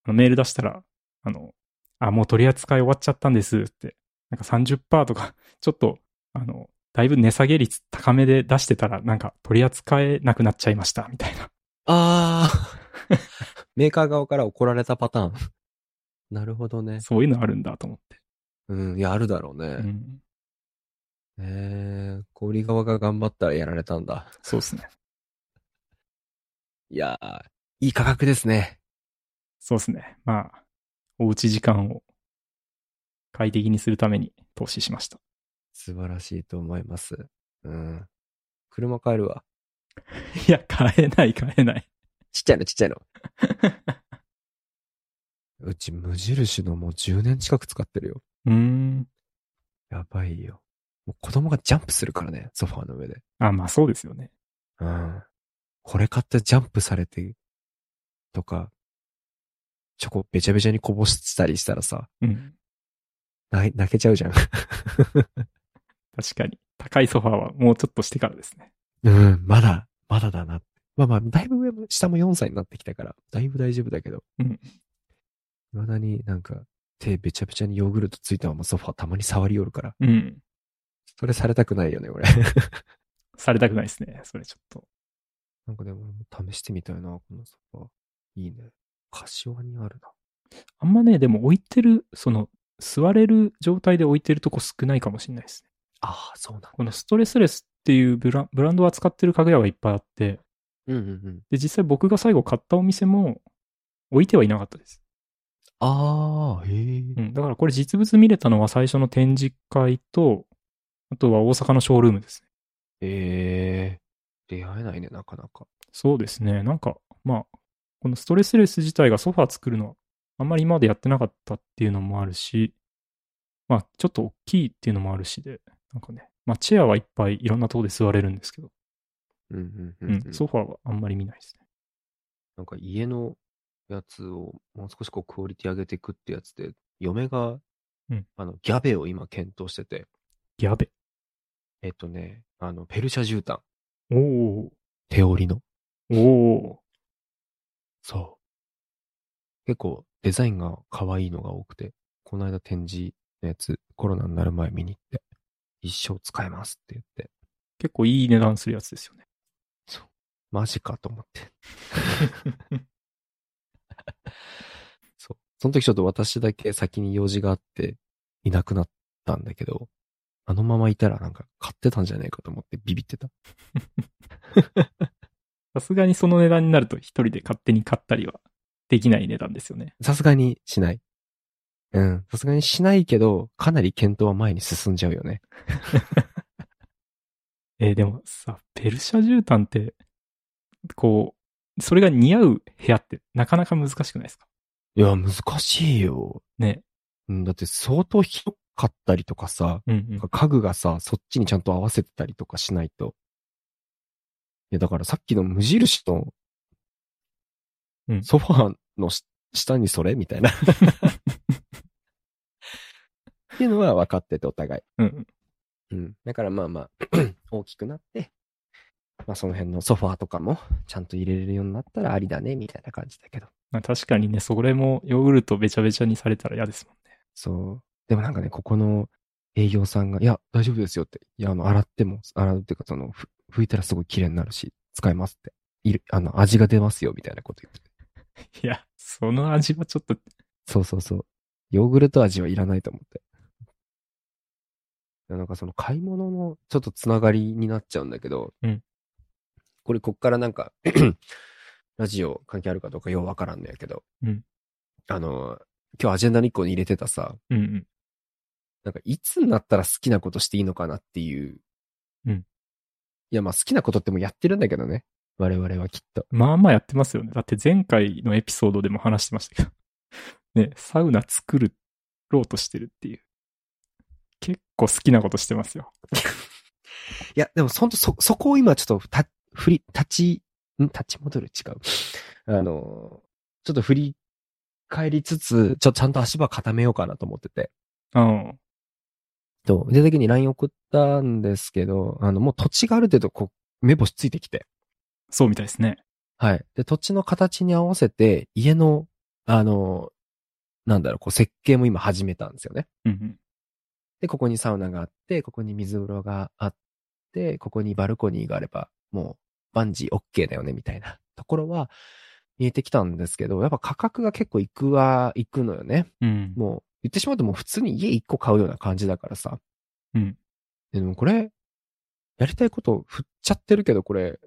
Speaker 1: あのメール出したら、あの、あ、もう取り扱い終わっちゃったんですって、なんか30%とか、 ちょっと、あの、だいぶ値下げ率高めで出してたら、なんか取り扱えなくなっちゃいました、みたいな。
Speaker 2: ああメーカー側から怒られたパターン。なるほどね。
Speaker 1: そういうのあるんだと思って。
Speaker 2: うん、いや、あるだろうね。
Speaker 1: うん、
Speaker 2: えー、小売側が頑張ったらやられたんだ。
Speaker 1: そうですね。
Speaker 2: いやー、いい価格ですね。
Speaker 1: そうですね。まあ、おうち時間を快適にするために投資しました。
Speaker 2: 素晴らしいと思います。うん。車買えるわ。
Speaker 1: いや、買えない、買えない。
Speaker 2: ちっちゃいの、ちっちゃいの。うち無印のもう10年近く使ってるよ。
Speaker 1: うーん。
Speaker 2: やばいよ。もう子供がジャンプするからね、ソファーの上で。
Speaker 1: あ、まあそうですよね。
Speaker 2: うん。これ買ってジャンプされて、とか、チョコべちゃべちゃにこぼしたりしたらさ、
Speaker 1: うん。
Speaker 2: 泣い泣けちゃうじゃん。
Speaker 1: 確かに。高いソファーはもうちょっとしてからですね。
Speaker 2: うん、まだ、まだだな。まあまあ、だいぶ上も、下も4歳になってきたから、だいぶ大丈夫だけど。
Speaker 1: うん。
Speaker 2: 未だになんか、手べちゃべちゃにヨーグルトついたままソファーたまに触り寄るから、
Speaker 1: うん。
Speaker 2: それされたくないよね、 俺。
Speaker 1: されたくないですね。それちょっと。
Speaker 2: なんかでも、試してみたいな、このソファー。いいね。柏にあるな。
Speaker 1: あんまね、でも置いてる、その、座れる状態で置いてるとこ少ないかもしれないですね。
Speaker 2: ああ、そうなんだ。
Speaker 1: このストレスレスっていうブラブランドを扱ってる家具屋がいっぱいあって、
Speaker 2: うんうんうん。
Speaker 1: で、実際僕が最後買ったお店も置いてはいなかったです。
Speaker 2: ああ、へえ。
Speaker 1: うん。だからこれ実物見れたのは最初の展示会と、あとは大阪のショールームですね。
Speaker 2: ええ。出会えないね、なかなか。
Speaker 1: そうですね。なんか、まあ、このストレスレス自体がソファー作るのは、あんまり今までやってなかったっていうのもあるし、まあ、ちょっと大きいっていうのもあるしで、なんかね、まあ、チェアはいっぱいいろんなとこで座れるんですけど、
Speaker 2: うんうん
Speaker 1: う
Speaker 2: うんん、うん。
Speaker 1: ソファーはあんまり見ないですね。
Speaker 2: なんか家のやつをもう少しこうクオリティ上げていくってやつで、嫁が、
Speaker 1: うん
Speaker 2: あの、ギャベを今検討してて、
Speaker 1: ギャベ。
Speaker 2: えっとね、あの、ペルシャ絨毯、
Speaker 1: おお
Speaker 2: 手織りの。
Speaker 1: おお
Speaker 2: そう。結構デザインが可愛いのが多くて、この間展示のやつ、コロナになる前見に行って、一生使えますって言って、
Speaker 1: 結構いい値段するやつですよね。
Speaker 2: マジかと思って。そう。その時ちょっと私だけ先に用事があって、いなくなったんだけど、あのままいたらなんか買ってたんじゃないかと思ってビビってた。
Speaker 1: さすがにその値段になると一人で勝手に買ったりはできない値段ですよね。
Speaker 2: さすがにしない。うん。さすがにしないけど、かなり検討は前に進んじゃうよね。
Speaker 1: えーでもさ、ペルシャ絨毯って、こう、それが似合う部屋ってなかなか難しくないですか
Speaker 2: いや、難しいよ。
Speaker 1: ね。
Speaker 2: うん、だって相当広かったりとかさ、
Speaker 1: うんう
Speaker 2: なんんか。家具がさ、そっちにちゃんと合わせてたりとかしないと。いや、だからさっきの無印の
Speaker 1: うん、
Speaker 2: ソファーのし下にそれみたいな。っていうのは分かってて、お互い。
Speaker 1: うんうん。
Speaker 2: うん。だからまあ まあ、大きくなって、まあその辺のソファーとかもちゃんと入れれるようになったらありだね、みたいな感じだけど。
Speaker 1: まあ確かにね、それもヨーグルトべちゃべちゃにされたら嫌ですもんね。
Speaker 2: そう。でもなんかね、ここの営業さんが、いや、大丈夫ですよって。いや、あの、洗っても、洗うっていうか、その、ふ拭いたらすごい綺麗になるし、使えますって。いる、あの、味が出ますよ、みたいなこと言って て。
Speaker 1: いや、その味はちょっと、
Speaker 2: そうそうそう。ヨーグルト味はいらないと思って。いやなんかその買い物のちょっとつながりになっちゃうんだけど、
Speaker 1: うん
Speaker 2: これこっからなんか、 ラジオ関係あるかどうかようわからんのやけど、
Speaker 1: うん
Speaker 2: あの、今日アジェンダの1個に入れてたさ、
Speaker 1: うんうん。
Speaker 2: なんかいつになったら好きなことしていいのかなっていう。
Speaker 1: うん。
Speaker 2: いや、まあ好きなことってもうやってるんだけどね。我々はきっと。
Speaker 1: まあまあやってますよね。だって前回のエピソードでも話してましたけど。 ね、サウナ作るろうとしてるっていう。結構好きなことしてますよ。
Speaker 2: いや、でもそんとそ、そこを今ちょっと、た、振り、立ち、ん立ち戻る違う。あの、ちょっと振り返りつつ、ちょ、ちゃんと足場固めようかなと思ってて。
Speaker 1: うん。
Speaker 2: と、出た時に LINE 送ったんですけど、あの、もう土地がある程度こう、目星ついてきて。
Speaker 1: そうみたいですね。
Speaker 2: はい。で、土地の形に合わせて、家の、あの、なんだろう、こう設計も今始めたんですよね。
Speaker 1: うんうん。
Speaker 2: で、ここにサウナがあって、ここに水風呂があって、ここにバルコニーがあれば、もうバンジー OK だよね、みたいな ところは見えてきたんですけど、やっぱ価格が結構いくは、いくのよね。
Speaker 1: うん。
Speaker 2: もう、言ってしまうともう普通に家1個買うような感じだからさ。
Speaker 1: うん。
Speaker 2: ででもこれ、やりたいこと振っちゃってるけど、これ、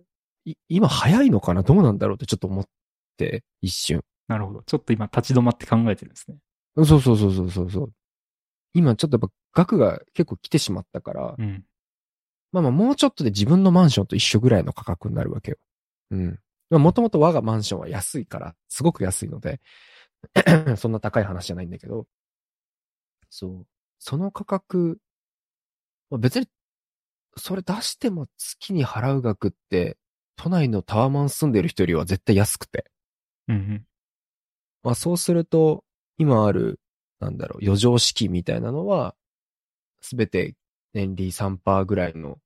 Speaker 2: い今早いのかなどうなんだろうってちょっと思って、一瞬。
Speaker 1: なるほど。ちょっと今立ち止まって考えてるんですね。
Speaker 2: そうそうそうそうそうそう。今ちょっとやっぱ額が結構来てしまったから、
Speaker 1: うん。
Speaker 2: まあまあもうちょっとで自分のマンションと一緒ぐらいの価格になるわけよ。うん。まあもともと我がマンションは安いから、すごく安いので、 そんな高い話じゃないんだけど、そう。その価格、まあ、別に、それ出しても月に払う額って、都内のタワマン住んでる人よりは絶対安くて。
Speaker 1: うんうん。
Speaker 2: まあそうすると、今ある、なんだろう、余剰資金みたいなのは、すべて年利3%ぐらいの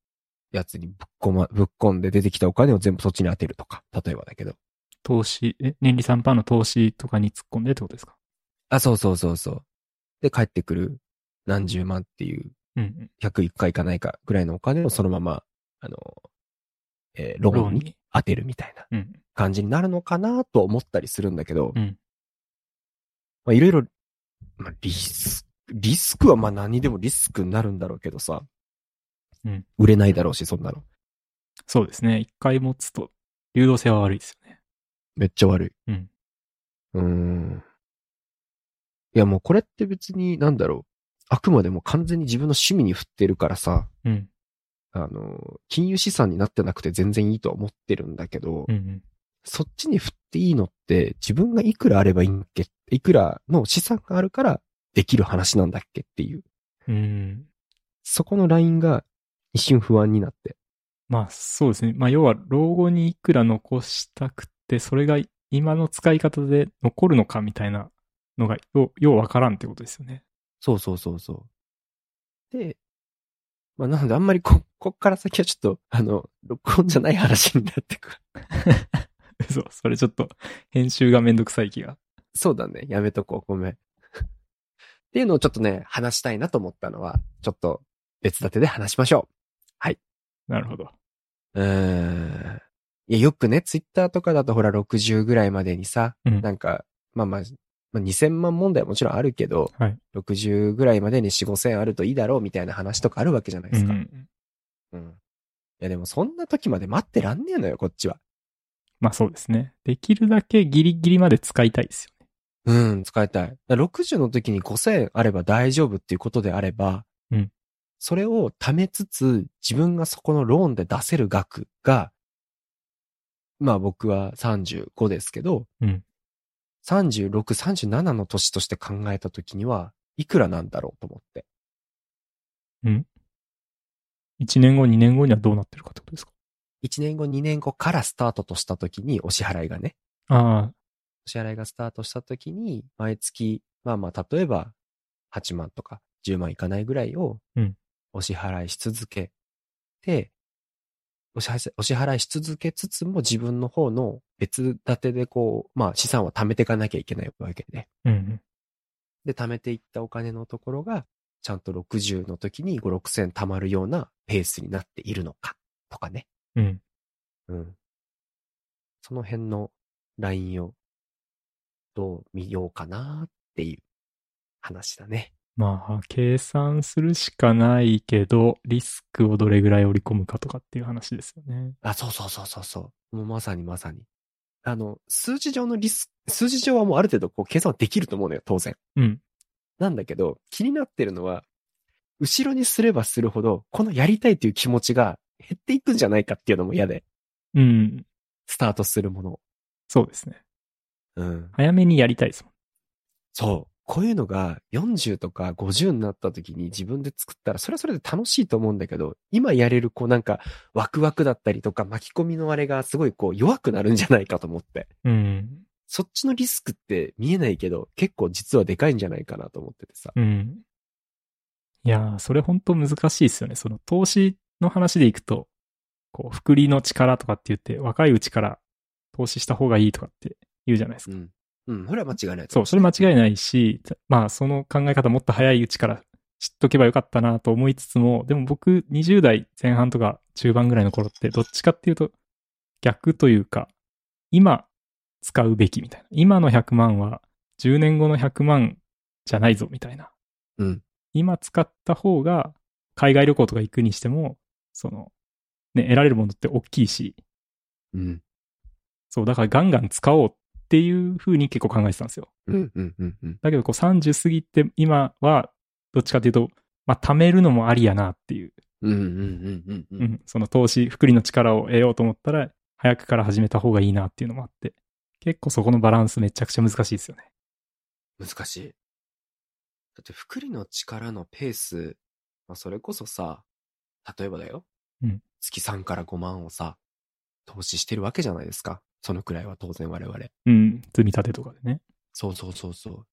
Speaker 2: やつにぶっこま、ぶっ込んで出てきたお金を全部そっちに当てるとか、例えばだけど。
Speaker 1: 投資、え、年利3%の投資とかに突っ込んでってことですか
Speaker 2: あ、そうそうそうそう。で、帰ってくる何十万っていう、
Speaker 1: うんうん。
Speaker 2: 100いくかいかないかぐらいのお金をそのまま、あの、えーロ
Speaker 1: ロ
Speaker 2: ー
Speaker 1: ー
Speaker 2: ン
Speaker 1: ン
Speaker 2: に
Speaker 1: に。
Speaker 2: 当てるみたいな
Speaker 1: うん。
Speaker 2: 感じになるのかなと思ったりするんだけど、
Speaker 1: うん。
Speaker 2: まあ、いろいろ、まあ、リスク、リスクはまあ何にでもリスクになるんだろうけどさ。
Speaker 1: うん。
Speaker 2: 売れないだろうし、そんなの。
Speaker 1: そうですね。一回持つと、流動性は悪いですよね。
Speaker 2: めっちゃ悪い。
Speaker 1: うん。
Speaker 2: うーん。いやもうこれって別になんだろう。あくまでも完全に自分の趣味に振ってるからさ、
Speaker 1: うん。
Speaker 2: あの、金融資産になってなくて全然いいとは思ってるんだけど、
Speaker 1: うんうん。
Speaker 2: そっちに振っていいのって自分がいくらあればいいんだっけいくらの資産があるからできる話なんだっけっていう。
Speaker 1: うん。
Speaker 2: そこのラインが一瞬不安になって。
Speaker 1: まあそうですね。まあ要は老後にいくら残したくて、それが今の使い方で残るのかみたいなのがようようわからんってことですよね。
Speaker 2: そうそうそうそう。で、まあ、なのであんまりこ、こっから先はちょっと、あの、録音じゃない話になってくる。
Speaker 1: そう、それちょっと編集がめんどくさい気が。
Speaker 2: そうだね。やめとこう。ごめん。 っていうのをちょっとね、話したいなと思ったのは、ちょっと別立てで話しましょ
Speaker 1: なるほど。
Speaker 2: う。うーん。いや、よくね、ツイッターとかだとほら60ぐらいまでにさ、
Speaker 1: うん
Speaker 2: なんか、まあまあ、まあ、2000万問題はもちろんあるけど、
Speaker 1: はい
Speaker 2: 60ぐらいまでに4、5000あるといいだろうみたいな話とかあるわけじゃないですか。
Speaker 1: うん
Speaker 2: うん。いや、でもそんな時まで待ってらんねえのよ、こっちは。
Speaker 1: まあそうですね。できるだけギリギリまで使いたいですよね。
Speaker 2: うん、使いたい。だから60の時に5000あれば大丈夫っていうことであれば、
Speaker 1: うん
Speaker 2: それを貯めつつ、自分がそこのローンで出せる額が、まあ僕は35ですけど、
Speaker 1: うん
Speaker 2: 36、37の年として考えた時には、いくらなんだろうと思って。
Speaker 1: 1年後、2年後にはどうなってるかってことですか
Speaker 2: 1年後、2年後からスタートとした時に、お支払いがね、
Speaker 1: ああ、
Speaker 2: お支払いがスタートした時に、毎月、まあまあ、例えば、8万とか10万いかないぐらいを
Speaker 1: うん、
Speaker 2: お支払いし続けて、お支払いお支払いし続けつつも自分の方の別立てでこう、まあ資産を貯めていかなきゃいけないわけで。
Speaker 1: うんうん。
Speaker 2: で、貯めていったお金のところが、ちゃんと60の時に5、6000貯まるようなペースになっているのか、とかね。
Speaker 1: うん。
Speaker 2: うん。その辺のラインをどう見ようかなっていう話だね。
Speaker 1: まあ、計算するしかないけど、リスクをどれぐらい織り込むかとかっていう話ですよね。
Speaker 2: あ、そうそうそうそうそう。もうまさにまさに。あの、数字上のリスク、数字上はもうある程度こう計算はできると思うのよ、当然。
Speaker 1: うん。
Speaker 2: なんだけど、気になってるのは、後ろにすればするほど、このやりたいという気持ちが減っていくんじゃないかっていうのも嫌で、
Speaker 1: うん。
Speaker 2: スタートするもの。
Speaker 1: そうですね。
Speaker 2: うん。
Speaker 1: 早めにやりたいですも
Speaker 2: そう。こういうのが40とか50になった時に自分で作ったら、それはそれで楽しいと思うんだけど、今やれるこうなんかワクワクだったりとか巻き込みのあれがすごいこう弱くなるんじゃないかと思って。
Speaker 1: ん。うん。
Speaker 2: そっちのリスクって見えないけど、結構実はでかいんじゃないかなと思っててさ。
Speaker 1: うん。いやー、それ本当難しいですよね。その投資の話でいくと、こう、福利の力とかって言って、若いうちから投資した方がいいとかって言うじゃないですか。
Speaker 2: うん。うん。それは間違いないと
Speaker 1: そう、
Speaker 2: 思
Speaker 1: それ間違いないし、たまあ、その考え方もっと早いうちから知っとけばよかったなと思いつつも、でも僕、20代前半とか中盤ぐらいの頃って、どっちかっていうと、逆というか、今使うべきみたいな。今の100万は、10年後の100万じゃないぞみたいな。
Speaker 2: うん
Speaker 1: 今使った方が、海外旅行とか行くにしても、その、ね、得られるものって大きいし、
Speaker 2: う。うん。
Speaker 1: そう、だからガンガン使おうっていう風に結構考えてたんですよ。
Speaker 2: うん。うん。うん。うん。
Speaker 1: だけどこう30過ぎて今はどっちかというと、まあ貯めるのもありやなっていう、
Speaker 2: うん。うん。うん。う。
Speaker 1: うんん、その投資、福利の力を得ようと思ったら早くから始めた方がいいなっていうのもあって、結構そこのバランスめちゃくちゃ難しいですよね。
Speaker 2: 難しい。だって、福利の力のペース、まあ、それこそさ、例えばだよ。
Speaker 1: うん
Speaker 2: 月3から5万をさ、投資してるわけじゃないですか。そのくらいは当然我々。
Speaker 1: うん、積み立てとかでね。
Speaker 2: そうそうそうそう。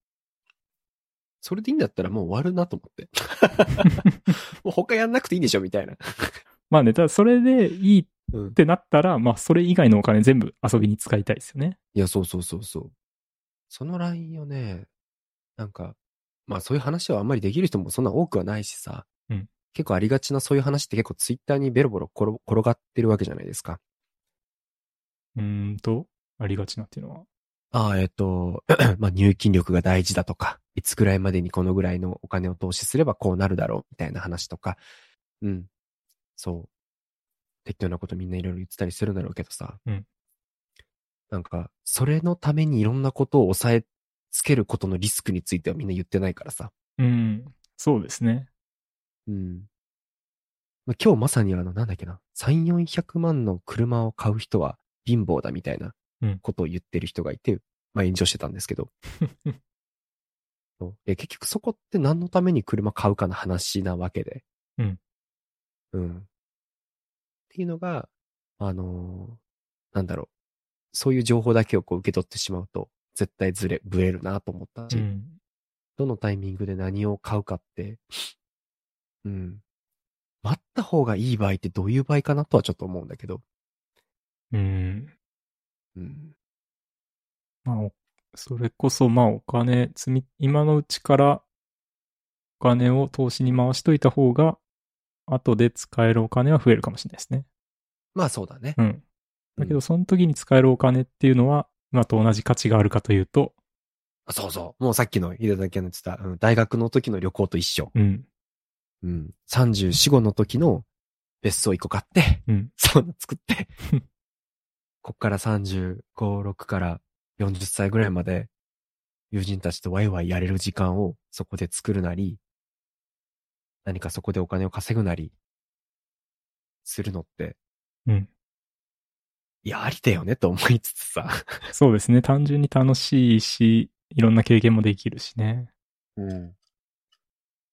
Speaker 2: それでいいんだったらもう終わるなと 思って。もう他やんなくていいんでしょみたいな。
Speaker 1: まあね、ただそれでいいっ
Speaker 2: うん。
Speaker 1: てなったら、まあそれ以外のお金全部遊びに使いたいですよね。
Speaker 2: いや、そうそうそうそう。そのラインをね、なんか、まあそういう話はあんまりできる人もそんな多くはないしさ、
Speaker 1: うん
Speaker 2: 結構ありがちなそういう話って結構ツイッターにベロボロ転転がってるわけじゃないですか。
Speaker 1: うーんと、ありがちなっていうのは。
Speaker 2: ああ、えっ、と、 まあ入金力が大事だとか、いつぐらいまでにこのぐらいのお金を投資すればこうなるだろうみたいな話とか、うん。そう。適当なことみんないろいろ言ってたりするんだろうけどさ。
Speaker 1: うん
Speaker 2: なんか、それのためにいろんなことを抑えつけることのリスクについてはみんな言ってないからさ。
Speaker 1: うん、そうですね。
Speaker 2: うん。まあ、今日まさにあの、なんだっけな、3、400万の車を買う人は貧乏だみたいな
Speaker 1: うん
Speaker 2: ことを言ってる人がいて、まあ炎上してたんですけど。 そうで結局そこって何のために車買うかの話なわけで。
Speaker 1: うん。
Speaker 2: うん。っていうのが、あのーなんだろう。そういう情報だけをこう受け取ってしまうと、絶対ずれ、ぶれるなと思ったし、
Speaker 1: うん、
Speaker 2: どのタイミングで何を買うかって、うん。待った方がいい場合ってどういう場合かなとはちょっと思うんだけど。
Speaker 1: うん、
Speaker 2: うん。
Speaker 1: まあ、おそれこそ、まあ、お金積み、今のうちからお金を投資に回しといた方が、後で使えるお金は増えるかもしれないですね。
Speaker 2: まあそうだね。
Speaker 1: うん。だけ
Speaker 2: う
Speaker 1: ど、
Speaker 2: ん
Speaker 1: その時に使えるお金っていうのは、今と同じ価値があるかというと、
Speaker 2: あそうそう。もうさっきの、井田だけの言ってた、うん、大学の時の旅行と一緒。
Speaker 1: うん、
Speaker 2: うん。34、5の時の別荘1個買って、
Speaker 1: うん、
Speaker 2: サウナ作って、こっから35、6から40歳ぐらいまで、友人たちとワイワイやれる時間をそこで作るなり、何かそこでお金を稼ぐなり、するのって、
Speaker 1: うん。
Speaker 2: いや、ありだよねと思いつつさ。
Speaker 1: そうですね。単純に楽しいし、いろんな経験もできるしね。
Speaker 2: うん。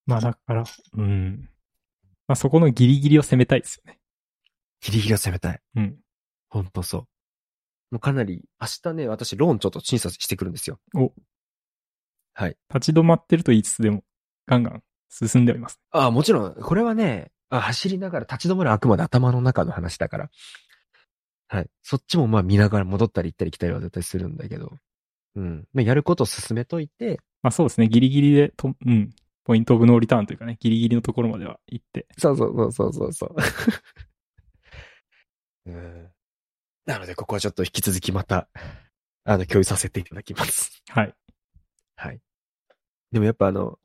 Speaker 1: まあ、だから、うん。まあ、そこのギリギリを攻めたいですよね。
Speaker 2: ギリギリを攻めたい。
Speaker 1: うん。
Speaker 2: ほんとそう。もうかなり、明日ね、私、ローンちょっと審査してくるんですよ。
Speaker 1: お。
Speaker 2: はい。
Speaker 1: 立ち止まってると言いつつでも、ガンガン進んではいます。
Speaker 2: ああ、もちろん、これはね、あ走りながら立ち止まるあくまで頭の中の話だから。はい。そっちもまあ見ながら戻ったり行ったり来たりは絶対するんだけど。うん。まあ、やることを進めといて、
Speaker 1: まあそうですね、ギリギリでと、うん、ポイントオブノーリターンというかね、ギリギリのところまでは行って。
Speaker 2: そうそうそうそうそうそう。 うん、なので、ここはちょっと引き続きまた、あの、共有させていただきます。
Speaker 1: はい。
Speaker 2: はい。でもやっぱあの、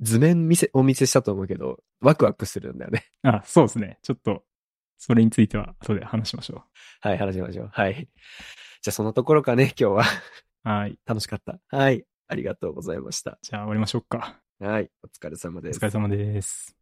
Speaker 2: 図面見せ、お見せしたと思うけど、ワクワクするんだよね。
Speaker 1: あ、そうですね。ちょっと、それについては後で話しましょ
Speaker 2: はい、話しましょう。はい。じゃあそのところかね、今日は。
Speaker 1: う。はい。
Speaker 2: 楽しかった。はい。ありがとうございました。
Speaker 1: じゃあ終わりましょうか。
Speaker 2: はい。お疲れ
Speaker 1: お
Speaker 2: 様です
Speaker 1: 疲。れ様です。